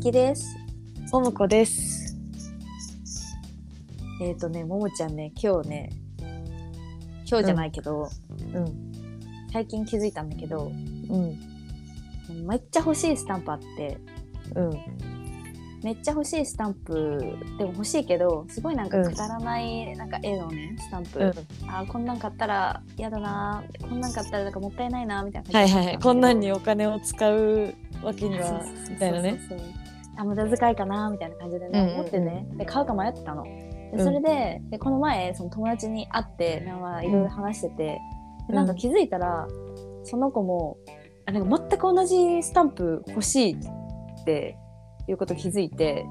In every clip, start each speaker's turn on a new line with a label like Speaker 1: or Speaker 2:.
Speaker 1: きです。
Speaker 2: ももこです。
Speaker 1: えっ、とね、ももちゃんね、今日ね、今日じゃないけど、
Speaker 2: うん。
Speaker 1: 最近気づいたんだけど、
Speaker 2: うん。
Speaker 1: めっちゃ欲しいスタンプあって、
Speaker 2: うん。
Speaker 1: めっちゃ欲しいスタンプ、でも欲しいけど、すごいなんか
Speaker 2: うん
Speaker 1: くだらない、なんか絵のね、スタンプ。
Speaker 2: うん。
Speaker 1: あーこんなん買ったら嫌だなー、こんなん買ったらなんかもったいないなーみたいな
Speaker 2: は
Speaker 1: 感
Speaker 2: い
Speaker 1: じだった
Speaker 2: はいは
Speaker 1: だ
Speaker 2: い。
Speaker 1: けど
Speaker 2: こんなんにお金を使うわけには
Speaker 1: そうそうそうそう
Speaker 2: みたいなね。
Speaker 1: そうそうあ無駄遣いかなみたいな感じでね、
Speaker 2: うんうんうん
Speaker 1: 思ってねで買うか迷ってたので
Speaker 2: うん
Speaker 1: それで,、でこの前その友達に会ってなんかいろいろ話してて、
Speaker 2: うん
Speaker 1: でなんか気づいたらその子もあなんか全く同じスタンプ欲しいっていうこと気づいて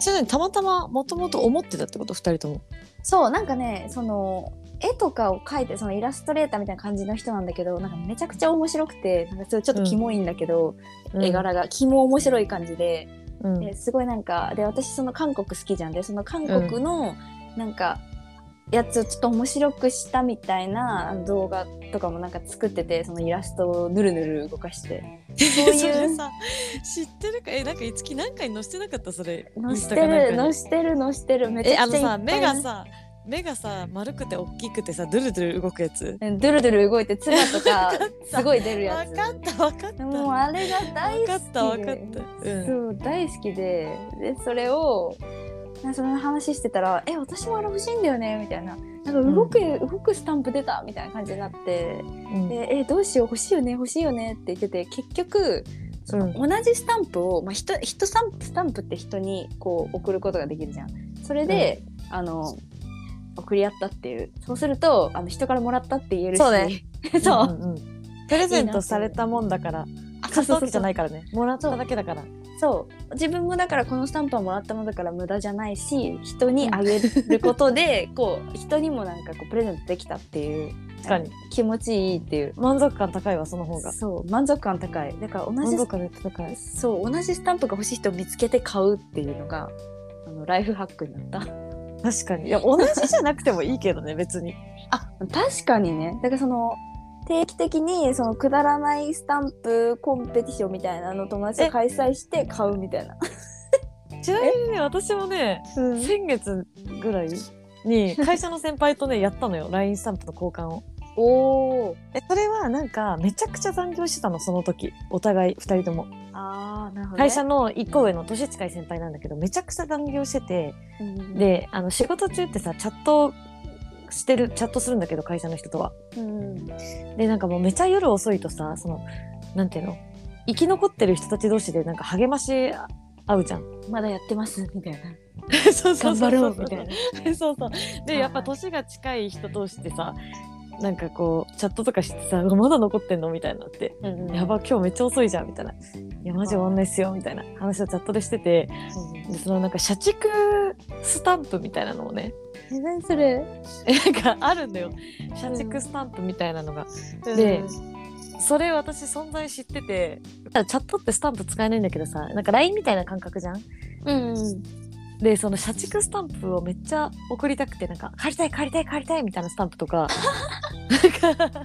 Speaker 2: それねたまたまもともと思ってたってこと二人とも。
Speaker 1: そうなんかねその絵とかを描いてそのイラストレーターみたいな感じの人なんだけどなんかめちゃくちゃ面白くてなんかちょっとキモいんだけど、絵柄がキモ面白い感じで。
Speaker 2: うん。
Speaker 1: ですごいなんかで私その韓国好きじゃんでその韓国のなんかやつをちょっと面白くしたみたいなあの動画とかもなんか作っててそのイラストをぬるぬる動かしてそう
Speaker 2: そ
Speaker 1: い
Speaker 2: れ
Speaker 1: う
Speaker 2: さ知ってるかえなんかいつき何回載せてなかったそれ。
Speaker 1: のし
Speaker 2: インスタ
Speaker 1: て
Speaker 2: かなんか
Speaker 1: る
Speaker 2: に
Speaker 1: のしてるのしてるめち
Speaker 2: え
Speaker 1: ゃ
Speaker 2: あ
Speaker 1: く
Speaker 2: の
Speaker 1: ちゃいっぱ
Speaker 2: さ
Speaker 1: い
Speaker 2: 目がさ目がさ丸くて大きくてさドゥルドゥル動くやつ。
Speaker 1: うんドゥルドゥル動いてツラとかすごい出る
Speaker 2: わ
Speaker 1: や
Speaker 2: かったわかっ
Speaker 1: つ
Speaker 2: た。
Speaker 1: もう
Speaker 2: わ
Speaker 1: あれが大好きで
Speaker 2: かったわかった。うん。
Speaker 1: そう大好きででそれをなんかその話してたら「え私もあれ欲しいんだよね」みたいな「なんか動く、動くスタンプ出た」みたいな感じになって「
Speaker 2: うん
Speaker 1: でえどうしよう欲しいよね欲しいよね」って言ってて結局その同じスタンプを、まあ、人人スタンプスタンプって人にこう送ることができるじゃん。それで、あの送り合ったっていうそうするとあの人からもらったって言えるし
Speaker 2: そうね
Speaker 1: そう、
Speaker 2: んんプレゼントされたもんだから買ったわけじゃないからねもらっただけだから
Speaker 1: そう自分もだからこのスタンプはもらったものだから無駄じゃないし人にあげること でこう人にもなんかこうプレゼントできたっていう
Speaker 2: 確かに
Speaker 1: 気持ちいいっていう
Speaker 2: 満足感高いわその方が
Speaker 1: そう満足感高いだから同
Speaker 2: 満
Speaker 1: じ
Speaker 2: 足感めっちゃ高い
Speaker 1: そう同じスタンプが欲しい人を見つけて買うっていうのがあのライフハックになった
Speaker 2: 確かにいや同じじゃなくてもいいけどね別に
Speaker 1: あ確かにねだからその定期的にそのくだらないスタンプコンペティションみたいなのを友達と開催して買うみたいな、
Speaker 2: ちなみにね私もね先月ぐらいに会社の先輩とねやったのよ LINE スタンプの交換を
Speaker 1: おー
Speaker 2: えそれはなんかめちゃくちゃ残業してたのその時お互い2人とも
Speaker 1: あーなるほどね、
Speaker 2: 会社の1個上の年近い先輩なんだけどめちゃくちゃ残業してて
Speaker 1: うん
Speaker 2: であの仕事中ってさチャットしてるチャットするんだけど会社の人とは
Speaker 1: うん
Speaker 2: でなんかもうめちゃ夜遅いとさそのなんていうの生き残ってる人たち同士でなんか励まし合うじゃん
Speaker 1: まだやってますみたいな
Speaker 2: そう
Speaker 1: 頑張ろうみたい
Speaker 2: な
Speaker 1: な
Speaker 2: そうそうでやっぱ年が近い人同士でさなんかこうチャットとかしてさ「まだ残ってんの?」みたいになって「やば今日めっちゃ遅いじゃん」みたいな「いやマジ終わんないっすよ」みたいな話をチャットでしててでそのなんか社畜スタンプみたいなのをね
Speaker 1: え何それ
Speaker 2: えなんかあるんだよ社畜スタンプみたいなのが
Speaker 1: で
Speaker 2: でそれ私存在知っててただチャットってスタンプ使えないんだけどさなんか LINE みたいな感覚じゃん
Speaker 1: うん
Speaker 2: でその社畜スタンプをめっちゃ送りたくてなんか「借りたい借りたい借りたい」みたいなスタンプとかなんか なんか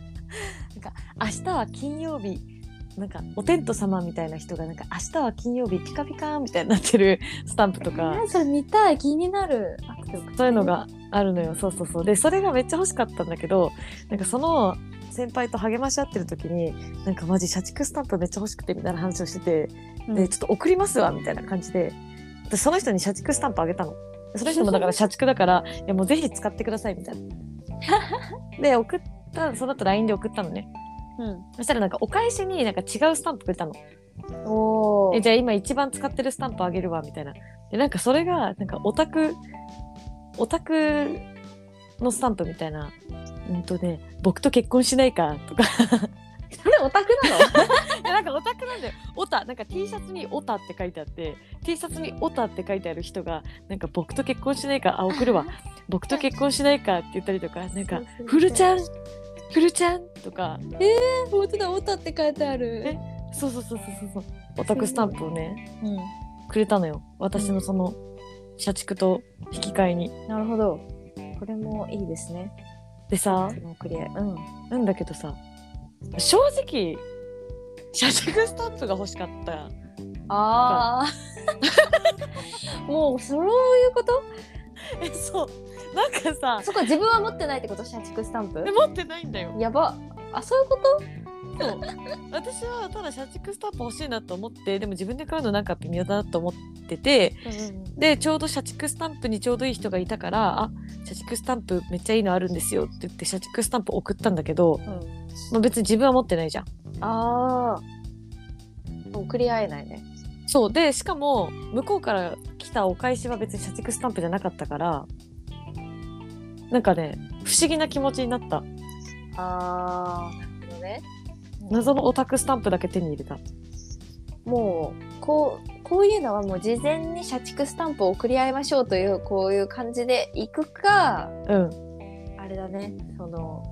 Speaker 2: 明日は金曜日なんかお天道様みたいな人がなんか明日は金曜日ピカピカみたいになってる スタンプとか
Speaker 1: 何それ見たい気になるアクティブ
Speaker 2: そういうのがあるのよそうそうそうでそれがめっちゃ欲しかったんだけどなんかその先輩と励まし合ってる時になんかマジ社畜スタンプめっちゃ欲しくてみたいな話をしてて
Speaker 1: う
Speaker 2: で
Speaker 1: ん
Speaker 2: ちょっと送りますわみたいな感じで私その人に社畜スタンプあげたのその人もだから社畜だから いやもうぜひ使ってくださいみたい なで送ったその後 LINE で送ったのねそしたらなんかお返しになんか違うスタンプくれたの
Speaker 1: うんおお
Speaker 2: えじゃあ今一番使ってるスタンプあげるわみたいなでなんかそれがなんかオタクオタクのスタンプみたいなうんとね僕と結婚しないかとか
Speaker 1: それオタクなの
Speaker 2: いやなんかオタクなんだよオタなんか T シャツにオタって書いてあって T シャツにオタって書いてある人がなんか僕と結婚しないかあ送る わ僕と結婚しないかって言ったりとかなんかフルち
Speaker 1: ん
Speaker 2: ゃんフルちゃんとか
Speaker 1: 本当だオタって書いてある
Speaker 2: えそうそうそうそうそうそうオタクスタンプをね
Speaker 1: う
Speaker 2: くれたのよ私のその社畜と引き換えに。
Speaker 1: んなるほどこれもいいですね
Speaker 2: でさ
Speaker 1: そのクリアうん
Speaker 2: なんだけどさ正直社畜スタンプが欲しかった
Speaker 1: ああ もうそういうこと
Speaker 2: えそうなんかさ
Speaker 1: そっか自分は持ってないってこと社畜スタンプ
Speaker 2: え持ってないんだよ
Speaker 1: やばあそういうこと
Speaker 2: そう私はただ社畜スタンプ欲しいなと思ってでも自分で買うのなんか微妙だなと思っててでちょうど社畜スタンプにちょうどいい人がいたから「あ社畜スタンプめっちゃいいのあるんですよ」って言って社畜スタンプ送ったんだけど、
Speaker 1: うん
Speaker 2: まあ、別に自分は持ってないじゃん。
Speaker 1: ああ送り合えないね
Speaker 2: そうでしかも向こうから来たお返しは別に社畜スタンプじゃなかったからなんかね不思議な気持ちになった
Speaker 1: ああなるほどね
Speaker 2: 謎のオタクスタンプだけ手に入れた
Speaker 1: もうこうこういうのはもう事前に社畜スタンプを送り合いましょうというこういう感じでいくか
Speaker 2: うん
Speaker 1: あれだねその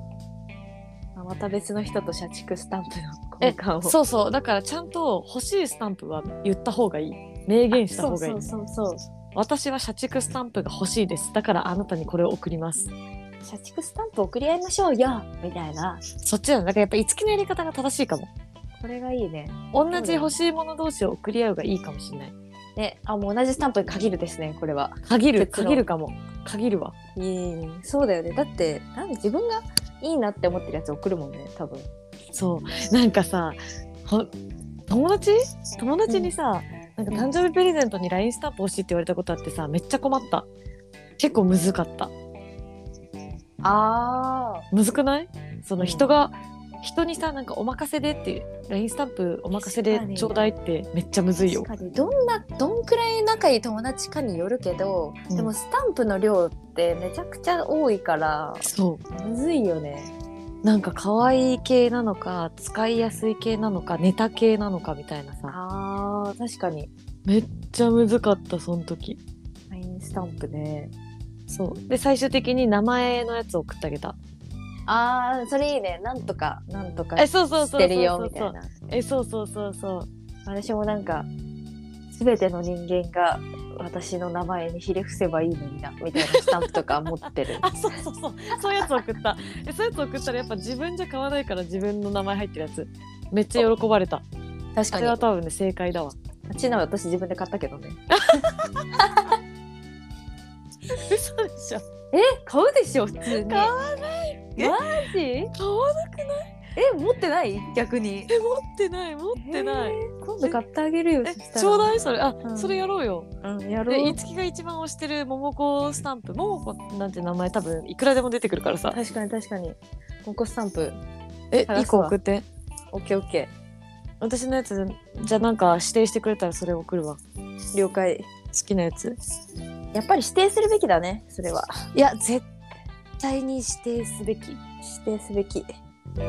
Speaker 1: まあまた別の人と社畜スタンプの
Speaker 2: え
Speaker 1: 交換を
Speaker 2: そうそうだからちゃんと欲しいスタンプは言った方がいい明言した方がいい
Speaker 1: そうそうそうそ
Speaker 2: 私は社畜スタンプが欲しいですだからあなたにこれを送ります
Speaker 1: う社畜スタンプ送り合いましょうよみたいな
Speaker 2: そっちだなんかやっぱいつきのやり方が正しいかも
Speaker 1: これがいいね
Speaker 2: 同じ欲しいもの同士を送り合うがいいかもしれない
Speaker 1: ねあもう同じスタンプに限るですねこれは
Speaker 2: 限る
Speaker 1: 結論
Speaker 2: 限るかも限るわ
Speaker 1: そうだよねだってなん自分がいいなって思ってるやつ送るもんね多分
Speaker 2: そうなんかさほ友達友達にさ、なんか誕生日プレゼントに LINE スタンプ欲しいって言われたことあってさめっちゃ困った結構むずかった
Speaker 1: ああ
Speaker 2: むずくないその
Speaker 1: うん
Speaker 2: 人が、人にさなんかお任せでっていう LINE スタンプお任せで
Speaker 1: 確かに
Speaker 2: ちょうだいってめっちゃむずいよ
Speaker 1: 確かにどんなどんくらい仲いい友達かによるけど、
Speaker 2: うん
Speaker 1: でもスタンプの量ってめちゃくちゃ多いから
Speaker 2: そう
Speaker 1: むずいよね
Speaker 2: なんか可愛い系なのか使いやすい系なのかネタ系なのかみたいなさ
Speaker 1: あー確かに
Speaker 2: めっちゃむずかったその時
Speaker 1: LINE スタンプね
Speaker 2: そうで最終的に名前のやつ送ってあげた
Speaker 1: あーそれいいねなんとかなんとか
Speaker 2: えそうそう
Speaker 1: し
Speaker 2: そう
Speaker 1: て
Speaker 2: そう
Speaker 1: るよ
Speaker 2: そう
Speaker 1: みたいな
Speaker 2: えそうそうそうそう
Speaker 1: 私もなんか全ての人間が私の名前にひれ伏せばいいのになみたいなスタンプとか持ってる
Speaker 2: あそうそうそうそういうやつ送ったえそういうやつ送ったらやっぱ自分じゃ買わないから自分の名前入ってるやつめっちゃ喜ばれた
Speaker 1: 確
Speaker 2: それは多分ね正解だわ
Speaker 1: ちなみに私自分で買ったけどね
Speaker 2: 嘘でしょ
Speaker 1: え買うでしょ普通に
Speaker 2: 買
Speaker 1: わないマジえ
Speaker 2: 買わなくない
Speaker 1: 持ってない逆に
Speaker 2: え持ってない持ってない
Speaker 1: 今度買ってあげるよ
Speaker 2: え
Speaker 1: そしたら
Speaker 2: ちょうだいそれあ、
Speaker 1: うん
Speaker 2: それやろうよ
Speaker 1: うんやろ
Speaker 2: でいうつきが一番推してるももこスタンプももこなんて名前多分いくらでも出てくるからさ
Speaker 1: 確かに確かにここスタンプ
Speaker 2: え
Speaker 1: 探
Speaker 2: 一
Speaker 1: すわ
Speaker 2: 個送って
Speaker 1: オッケーオッケ
Speaker 2: 私のやつじゃあなんか指定してくれたらそれ送るわ好
Speaker 1: ー了解
Speaker 2: きなやつ
Speaker 1: やっぱり指定するべきだねそれはい
Speaker 2: や絶対に指定すべき
Speaker 1: 指定すべき
Speaker 2: 女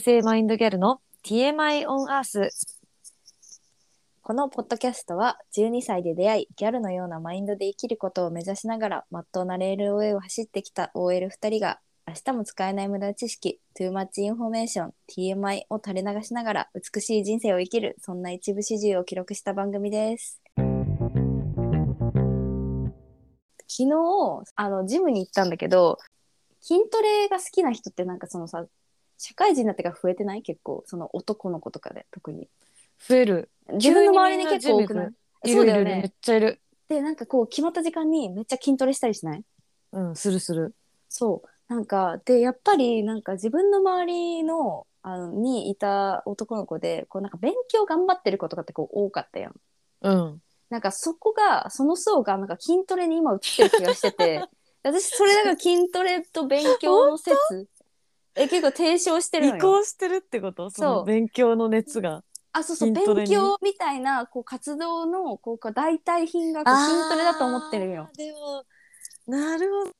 Speaker 2: 性マインドギャルの TMI オンアース
Speaker 1: このポッドキャストは12歳で出会いギャルのようなマインドで生きることを目指しながらまっとうなレールウェイを走ってきた OL2 人が明日も使えない無駄知識 Too Much Information TMI を垂れ流しながら美しい人生を生きるそんな一部始終を記録した番組です。昨日あのジムに行ったんだけど筋トレが好きな人ってなんかそのさ社会人になってから増えてない結構その男の子とかで特に
Speaker 2: 増える
Speaker 1: 自分の周りに結構多くない
Speaker 2: い
Speaker 1: そう
Speaker 2: るい
Speaker 1: だ
Speaker 2: る
Speaker 1: よ
Speaker 2: いるめ
Speaker 1: ね
Speaker 2: っ。ちゃいる
Speaker 1: でなんかこう決まった時間にめっちゃ筋トレしたりしない
Speaker 2: うんするする
Speaker 1: そうなんかでやっぱりなんか自分の周りのあのにいた男の子でこうなんか勉強頑張ってる子とかってこう多かったやん。
Speaker 2: うん
Speaker 1: なんかそこがその層がなんか筋トレに今移ってる気がして て私それだから筋トレと勉強の説え結構提唱してるの
Speaker 2: 移
Speaker 1: よ。
Speaker 2: 行してるってことそ
Speaker 1: そう
Speaker 2: の勉強の熱が
Speaker 1: あそうそう
Speaker 2: 筋トレ
Speaker 1: 勉
Speaker 2: に
Speaker 1: 強みたいなこう活動のこうこう代替品がこう筋トレだと思ってるんよ
Speaker 2: あ。ーでもなるほど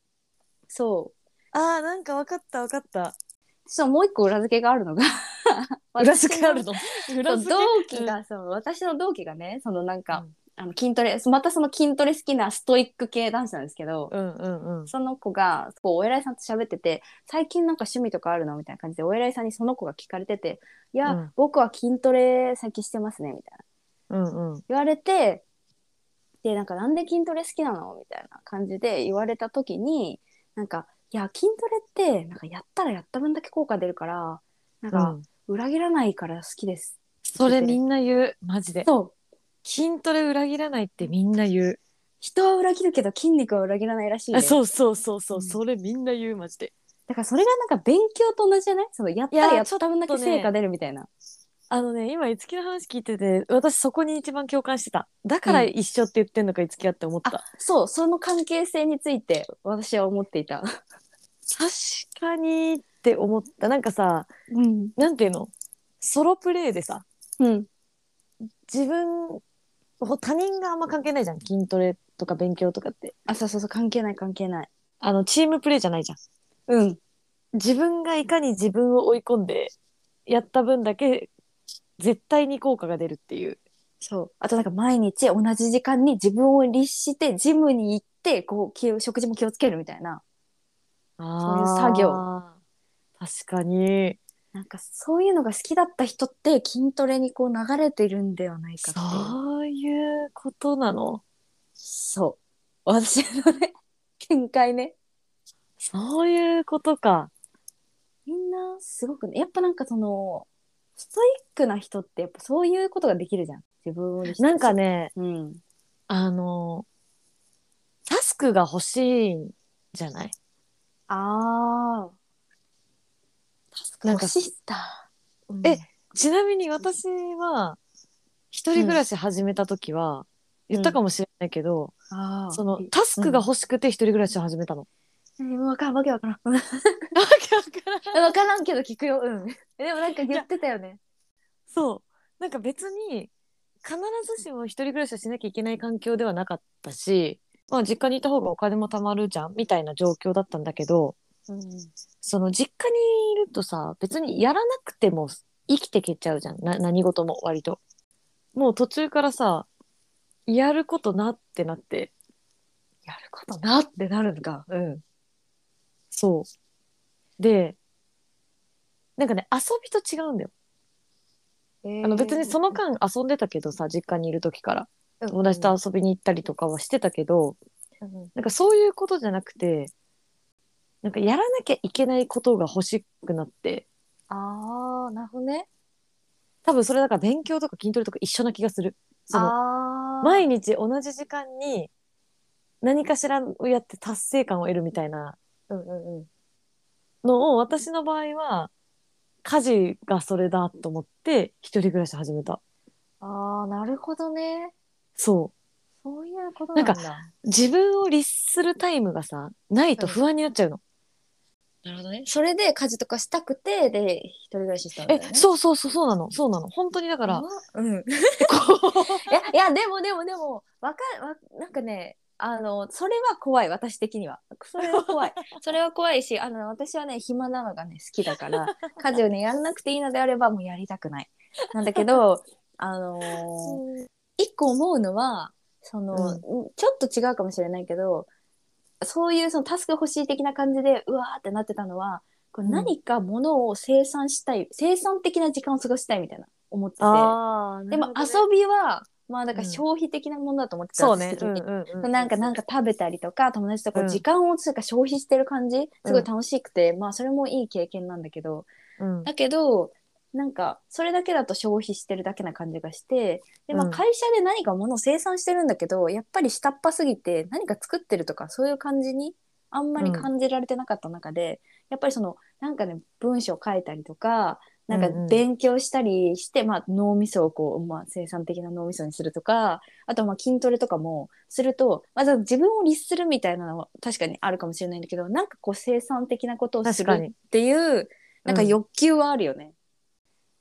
Speaker 1: そう
Speaker 2: あーなんか分かった分かった
Speaker 1: そうもう一個裏付けがあるの が
Speaker 2: 裏付けあるの裏
Speaker 1: 私
Speaker 2: 付
Speaker 1: の
Speaker 2: け
Speaker 1: そう同期がそう私の同期がねそのなんか、
Speaker 2: うん
Speaker 1: あの筋トレまたその筋トレ好きなストイック系男子なんですけど、
Speaker 2: うんうんうん
Speaker 1: その子がこうお偉いさんと喋ってて最近なんか趣味とかあるのみたいな感じでお偉いさんにその子が聞かれてて「いや、
Speaker 2: うん
Speaker 1: 僕は筋トレ最近してますね」みたいな
Speaker 2: うんうん
Speaker 1: 言われてでなんかなんで筋トレ好きなのみたいな感じで言われた時になんか「いや筋トレってなんかやったらやった分だけ効果出るからなんか、
Speaker 2: うん
Speaker 1: 裏切らないから好きです。
Speaker 2: それみんな言うマジで
Speaker 1: そう。
Speaker 2: 筋トレ裏切らないってみんな言う
Speaker 1: 人は裏切るけど筋肉は裏切らないらしいね
Speaker 2: あそうそうそうそう、
Speaker 1: うん
Speaker 2: それみんな言うマジで
Speaker 1: だからそれがなんか勉強と同じじゃないそのやったら
Speaker 2: いや
Speaker 1: やった分だけ
Speaker 2: ちょっとね
Speaker 1: 成果出るみたいな。
Speaker 2: あのね今樹の話聞いてて私そこに一番共感してただから
Speaker 1: うん
Speaker 2: 一緒って言ってんのか樹はって思った、
Speaker 1: あそうその関係性について私は思っていた。
Speaker 2: 確かにって思ったなんかさ
Speaker 1: うん。
Speaker 2: なんていうのソロプレイでさ
Speaker 1: うん。
Speaker 2: 自分ほ他人があんま関係ないじゃん筋トレとか勉強とかって
Speaker 1: あそうそうそう関係ない関係ない。
Speaker 2: あのチームプレイじゃないじゃん
Speaker 1: うん。
Speaker 2: 自分がいかに自分を追い込んでやった分だけ絶対に効果が出るっていう
Speaker 1: そう。あとなんか毎日同じ時間に自分を律してジムに行ってこう気を食事も気をつけるみたいな。
Speaker 2: そういう
Speaker 1: 作業
Speaker 2: 確かに
Speaker 1: なんかそういうのが好きだった人って筋トレにこう流れてるんではないかっていう
Speaker 2: そういうことなの
Speaker 1: そう。私のね、 見解ね。
Speaker 2: そういうことか
Speaker 1: みんなすごくね、やっぱなんかその、ストイックな人ってやっぱそういうことができるじゃん。自分を律して
Speaker 2: なんか。ね
Speaker 1: うん。
Speaker 2: あのタスクが欲しいんじゃない
Speaker 1: ああ。
Speaker 2: なんか
Speaker 1: シスター。うん
Speaker 2: えちなみに私は一人暮らし始めた時は、言ったかもしれないけど、
Speaker 1: ああ。
Speaker 2: そのタスクが欲しくて一人暮らしを始めたの。
Speaker 1: え、もうわからん、わけわからん。 わからんけど聞くよ。うん。えでもなんか言ってたよね。
Speaker 2: そうなんか別に必ずしも一人暮らしをしなきゃいけない環境ではなかったし、まあ、実家にいた方がお金も貯まるじゃんみたいな状況だったんだけど
Speaker 1: うん。
Speaker 2: その実家にいるとさ別にやらなくても生きていけちゃうじゃんな何事も割と。もう途中からさやることなってなってやることなってなるのかうんそうでなんかね遊びと違うんだよあの別にその間遊んでたけどさ実家にいる時から友達と遊びに行ったりとかはしてたけど
Speaker 1: うん
Speaker 2: なんかそういうことじゃなくてなんかやらなきゃいけないことが欲しくなって
Speaker 1: ああ、なるほどね。
Speaker 2: 多分それだから勉強とか筋トレとか一緒な気がするその
Speaker 1: ああ。
Speaker 2: 毎日同じ時間に何かしらをやって達成感を得るみたいな
Speaker 1: うんうんうん。
Speaker 2: のを私の場合は家事がそれだと思って一人暮らし始めた
Speaker 1: ああ、なるほどね。
Speaker 2: そう
Speaker 1: そういうこと
Speaker 2: な
Speaker 1: なんん
Speaker 2: か
Speaker 1: だ。
Speaker 2: 自分を律するタイムがさないと不安になっちゃうの、
Speaker 1: なるほどね。それで家事とかしたくて、で、一人暮らししたんだよね。
Speaker 2: えそうそうそうそうなのそうなの本当にだから
Speaker 1: うわ。うん。い
Speaker 2: こう
Speaker 1: や、いや、でもでもでも、わかる、わなんかね、あの、それは怖い、私的には。それは 怖い。それは怖いし、あの、私はね、暇なのがね、好きだから、家事をね、やらなくていいのであれば、もうやりたくない。なんだけど、あの ー一個思うのはその、
Speaker 2: うん
Speaker 1: んちょっと違うかもしれないけどそういうそのタスク欲しい的な感じでうわーってなってたのはこれ
Speaker 2: うん
Speaker 1: 何かものを生産したい、生産的な時間を過ごしたいみたいな思ってて
Speaker 2: あー
Speaker 1: でも
Speaker 2: なるほどね
Speaker 1: 遊びはまあだから
Speaker 2: うん
Speaker 1: 消費的なものだと思ってた、
Speaker 2: そうね
Speaker 1: 私的に
Speaker 2: うんうん
Speaker 1: なんかなんか食べたりとか友達とこ
Speaker 2: うん
Speaker 1: う時間をつうか消費してる感じすごい楽しくて、まあそれもいい経験なんだけど、
Speaker 2: うん
Speaker 1: だけどなんかそれだけだと消費してるだけな感じがしてで、ま
Speaker 2: う
Speaker 1: あ、
Speaker 2: ん
Speaker 1: 会社で何か物を生産してるんだけど、やっぱり下っ端すぎて何か作ってるとかそういう感じにあんまり感じられてなかった中で、やっぱりそのなんかね文章書いたりとかなんか
Speaker 2: うんうん
Speaker 1: 勉強したりして、まあ、脳みそをこう、まあ、生産的な脳みそにするとかあとまあ筋トレとかもすると、まあ、じゃあ自分を律するみたいなのは確かにあるかもしれないんだけどなんかこう生産的なことをす
Speaker 2: 確
Speaker 1: る
Speaker 2: か
Speaker 1: っ
Speaker 2: に
Speaker 1: ていうなんか
Speaker 2: うん
Speaker 1: 欲求はあるよね。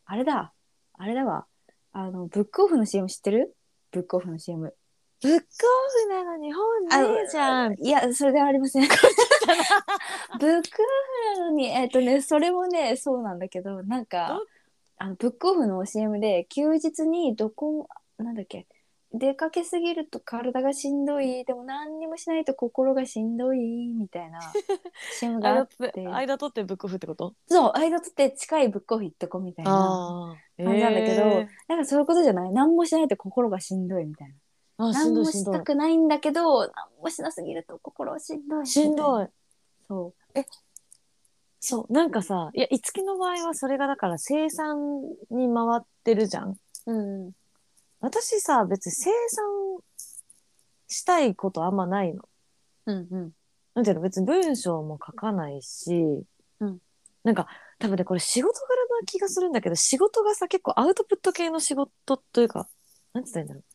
Speaker 1: あれだ、あれだわ。あの、ブックオフの CM 知ってるブックオフの CM。
Speaker 2: ブックオフなのに本ねえじゃん
Speaker 1: いや、それではありま せん。ブックオフなのに、えっ、とね、それもね、そうなんだけど、なんか
Speaker 2: ど、
Speaker 1: あのブックオフの CM で、休日にどこも、なんだっけ、出かけすぎると体がしんどい、でも何にもしないと心がしんどい、みたいな CM があ
Speaker 2: 間
Speaker 1: っ
Speaker 2: 取ってて間取ってブックオフってこと
Speaker 1: そう、間取って近いブックオフ行ってこみたいな。
Speaker 2: ああ
Speaker 1: 感じなんだけどなんかそういうことじゃない何もしないと心がしんどいみたいな。
Speaker 2: あし
Speaker 1: 何
Speaker 2: んど
Speaker 1: も
Speaker 2: いしん
Speaker 1: し
Speaker 2: ど
Speaker 1: た
Speaker 2: い
Speaker 1: くないんだけど何もしなすぎると心しんどいみたいな。
Speaker 2: しんどい
Speaker 1: そう。
Speaker 2: そうなんかさいやいつきの場合はそれがだから生産に回ってるじゃん
Speaker 1: うん。
Speaker 2: 私さ別に生産したいことあんまないの
Speaker 1: うんうん。
Speaker 2: なんていうの別に文章も書かないし、
Speaker 1: うん
Speaker 2: なんか多分ねこれ仕事柄な気がするんだけど仕事がさ結構アウトプット系の仕事というかなんて言ったらいいんだ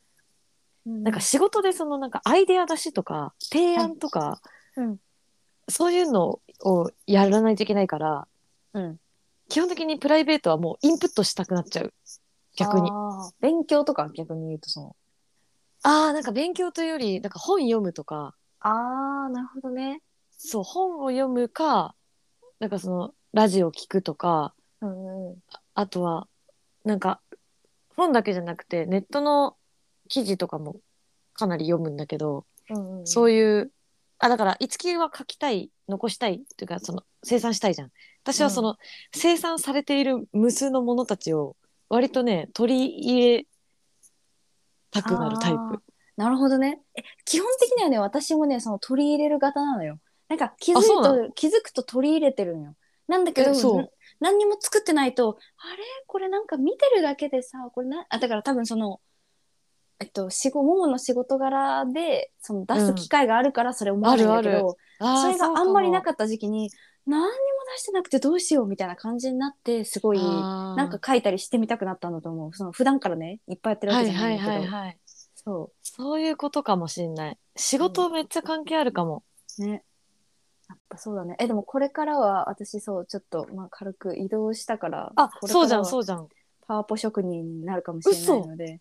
Speaker 2: ろうなんか仕事でそのなんかアイデア出しとか提案とか、
Speaker 1: いうん
Speaker 2: そういうのをやらないといけないから
Speaker 1: うん、
Speaker 2: 基本的にプライベートはもうインプットしたくなっちゃう逆に。
Speaker 1: あー。勉強とか逆に言うとその。
Speaker 2: ああなんか勉強というよりなんか本読むとか
Speaker 1: ああ、なるほどね。
Speaker 2: そう本を読むかなんかそのラジオ聞くとか
Speaker 1: うんうん。
Speaker 2: あとは、なんか、本だけじゃなくて、ネットの記事とかもかなり読むんだけど、
Speaker 1: うんうん、
Speaker 2: そういう、あ、だから、いつきは書きたい、残したい、っていうか、その、生産したいじゃん。私はその、生産されている無数のものたちを、割とね、取り入れたくなるタイ
Speaker 1: あー
Speaker 2: プ。
Speaker 1: なるほどね。え基本的にはね、私もね、その取り入れる型なのよ。なんか気づ
Speaker 2: あ
Speaker 1: い
Speaker 2: そうな
Speaker 1: と気づくと取り入れてるのよ。なんだけど、
Speaker 2: えそう
Speaker 1: な何にも作ってないと、あれこれなんか見てるだけでさ、これな、あだから多分その、えっと、仕事、ももの仕事柄で、その出す機会があるからそれ思わないんだけ
Speaker 2: あるあ
Speaker 1: ど、
Speaker 2: あー
Speaker 1: それがあんまりな
Speaker 2: っ
Speaker 1: かった時期に、何にも出してなくてどうしようみたいな感じになって、すごい、
Speaker 2: な
Speaker 1: なんか書いたりしてみたくなったんだと思う。その普段からね、いっぱいやってるわ
Speaker 2: は
Speaker 1: け
Speaker 2: い
Speaker 1: じゃ
Speaker 2: は
Speaker 1: ないいんだけど。
Speaker 2: はいはい。
Speaker 1: そう。
Speaker 2: そういうことかもしんない。仕事めっちゃ関係あるかも。
Speaker 1: ね。やっぱそうだね。え、でもこれからは私そう、ちょっと、まあ軽く移動したから、
Speaker 2: あ、そうじゃん、
Speaker 1: う。
Speaker 2: そうじゃん。
Speaker 1: パワポ職人になるかもしれないので。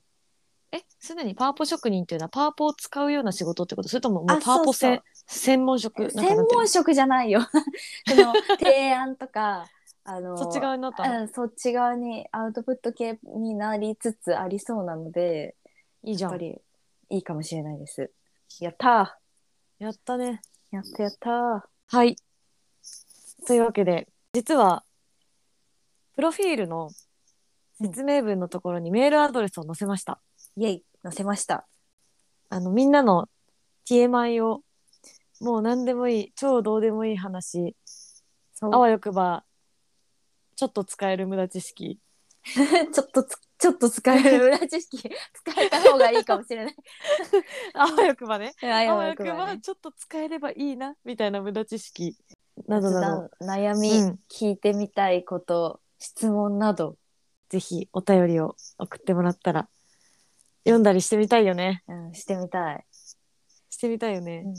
Speaker 2: え、すでにパワポ職人っていうのはパワポを使うような仕事ってことそれとももう
Speaker 1: あ
Speaker 2: パワポせ
Speaker 1: そう
Speaker 2: 専門職なんか
Speaker 1: 専
Speaker 2: なんていうの
Speaker 1: 門職じゃないよ。 その、提案と か、あの、
Speaker 2: そっち側になったの、
Speaker 1: うん、そっち側にアウトプット系になりつつありそうなので、
Speaker 2: いいじ
Speaker 1: やっ
Speaker 2: ゃ
Speaker 1: ぱ
Speaker 2: ん。
Speaker 1: りいいかもしれないです。やった
Speaker 2: やったね。
Speaker 1: ーやったやったー
Speaker 2: はい。というわけで、実は、プロフィールの説明文のところにメールアドレスを載せました。
Speaker 1: イェイ載せました。
Speaker 2: あの、みんなの TMI を、もう何でもいい、超どうでもいい話、
Speaker 1: そう
Speaker 2: あわよくば、ちょっと使える無駄知識。
Speaker 1: ちょっとつ、ちょっと使える裏知識、使えた方がいいかもしれない。
Speaker 2: あわよくばね。
Speaker 1: あ
Speaker 2: あわよくば、ちょっと使えればいいな、みたいな無駄知識。などなど。
Speaker 1: 悩み、
Speaker 2: うん
Speaker 1: 聞いてみたいこと、質問など。
Speaker 2: ぜひお便りを送ってもらったら読んだりしてみたいよね。
Speaker 1: うん、してみたい。
Speaker 2: してみたいよね。
Speaker 1: うん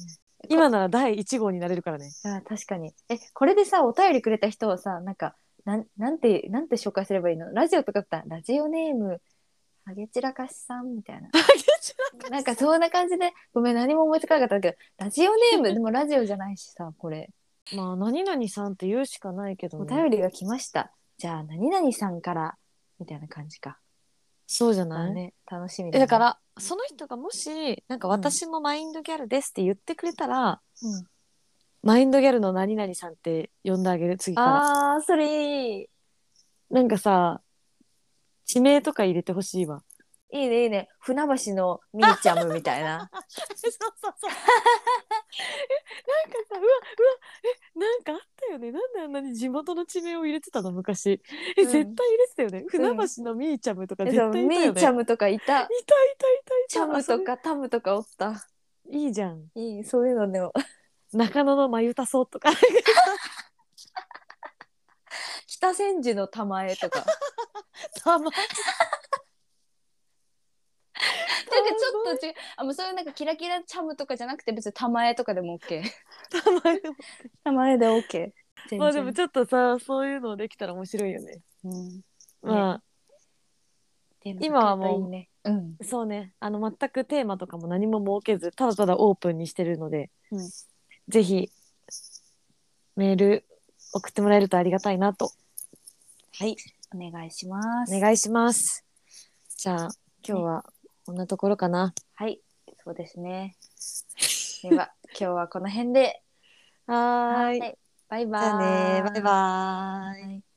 Speaker 2: 今なら第一号になれるから ね。
Speaker 1: あ確かに。え、これでさ、お便りくれた人はさ、なんか、なん、なんて、なんて紹介すればいいのラジオとかだったら、ラジオネーム、ハゲ散らかしさんみ たいな。なんか、そんな感じで、ごめん、何も思いつかなかったけど、ラジオネーム、でもラジオじゃないしさ、これ。
Speaker 2: まあ何々さんって言うしかないけど、
Speaker 1: お
Speaker 2: ね、
Speaker 1: 便りが来ました。じゃあ、何々さんから、みたいな感じか。
Speaker 2: そうじゃ
Speaker 1: ま
Speaker 2: な
Speaker 1: あ
Speaker 2: い、
Speaker 1: ね、楽しみ
Speaker 2: え
Speaker 1: ね
Speaker 2: だか、らその人がもしなんか私もマインドギャルですって言ってくれたら、
Speaker 1: うん
Speaker 2: マインドギャルの何々さんって呼んであげる次から。
Speaker 1: あー、それいい。
Speaker 2: なんかさ地名とか入れてほしいわ。
Speaker 1: いいね、いいね。船橋のみーちゃむみたい な。
Speaker 2: そうそうそう。えなんかさ、うわ、うわ、え、なんかあったよね。なんであんなに地元の地名を入れてたの昔。え、
Speaker 1: うん
Speaker 2: 絶対入れてたよね。船橋のみーちゃむとか
Speaker 1: え
Speaker 2: 絶
Speaker 1: そう
Speaker 2: 対いた
Speaker 1: み
Speaker 2: よね。
Speaker 1: ーちゃむとかい た。
Speaker 2: いたいたいたいた。
Speaker 1: チャム
Speaker 2: あ
Speaker 1: と
Speaker 2: それ
Speaker 1: かタムとかおった。
Speaker 2: いいじゃん。
Speaker 1: いい、そういうのでも。
Speaker 2: 中野のまゆたそうとか。
Speaker 1: 北千住の玉江と か。なんか
Speaker 2: たま。
Speaker 1: ちょっと違う。あ、もうそういうなんかキラキラチャムとかじゃなくて別に玉江とかでも OK。
Speaker 2: たま。
Speaker 1: 玉江で OK。
Speaker 2: まあでもちょっとさ、そういうのできたら面白いよね。
Speaker 1: うん、
Speaker 2: ま今はもう
Speaker 1: いいね。うん。
Speaker 2: あ、そうね。あの、全くテーマとかも何も設けず、ただただオープンにしてるので、
Speaker 1: うん
Speaker 2: ぜひ、メール送ってもらえるとありがたいなと
Speaker 1: はい。お願いします。
Speaker 2: お願いします。じゃあ今日はこんなところかな。
Speaker 1: はい。そうですね。では、今日 はこの辺で。
Speaker 2: はーい。じ
Speaker 1: バイバーイ。
Speaker 2: ゃあねバイバーイ。
Speaker 1: イ。